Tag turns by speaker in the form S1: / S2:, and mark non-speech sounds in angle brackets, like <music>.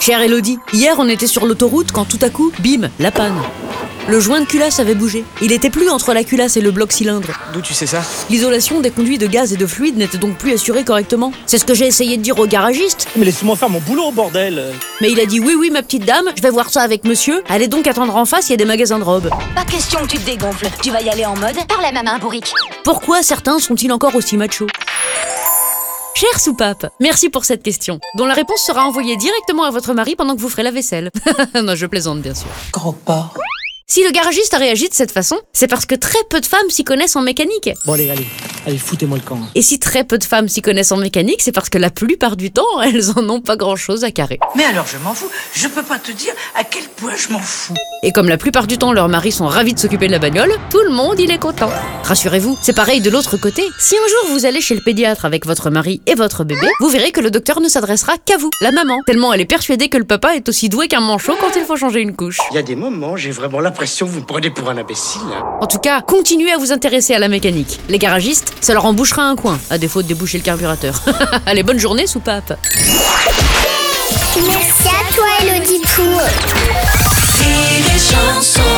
S1: Chère Elodie, hier on était sur l'autoroute quand tout à coup, bim, la panne. Le joint de culasse avait bougé. Il était plus entre la culasse et le bloc cylindre.
S2: D'où tu sais ça
S1: L'isolation des conduits de gaz et de fluide n'était donc plus assurée correctement. C'est ce que j'ai essayé de dire au garagiste.
S2: Mais laisse-moi faire mon boulot, bordel
S1: Mais il a dit oui, oui, ma petite dame, je vais voir ça avec monsieur. Allez donc attendre en face, il y a des magasins de robes.
S3: Pas question que tu te dégonfles, tu vas y aller en mode par la maman bourrique.
S1: Pourquoi certains sont-ils encore aussi machos Chère soupape, merci pour cette question, dont la réponse sera envoyée directement à votre mari pendant que vous ferez la vaisselle. <laughs> non, je plaisante bien sûr.
S4: Grand porc.
S1: Si le garagiste a réagi de cette façon, c'est parce que très peu de femmes s'y connaissent en mécanique.
S2: Bon, allez, allez, allez, foutez-moi le camp.
S1: Et si très peu de femmes s'y connaissent en mécanique, c'est parce que la plupart du temps, <laughs> elles en ont pas grand-chose à carrer.
S4: Mais alors je m'en fous, je peux pas te dire à quel point je m'en fous.
S1: Et comme la plupart du temps, leurs maris sont ravis de s'occuper de la bagnole, tout le monde il est content. Rassurez-vous, c'est pareil de l'autre côté. Si un jour vous allez chez le pédiatre avec votre mari et votre bébé, vous verrez que le docteur ne s'adressera qu'à vous, la maman, tellement elle est persuadée que le papa est aussi doué qu'un manchot quand il faut changer une couche.
S5: Il y a des moments, j'ai vraiment l'impression que vous me prenez pour un imbécile.
S1: En tout cas, continuez à vous intéresser à la mécanique. Les garagistes, ça leur embouchera un coin, à défaut de déboucher le carburateur. <laughs> Allez, bonne journée, soupape
S6: Merci à toi, Elodie Pou.
S4: Et les chansons.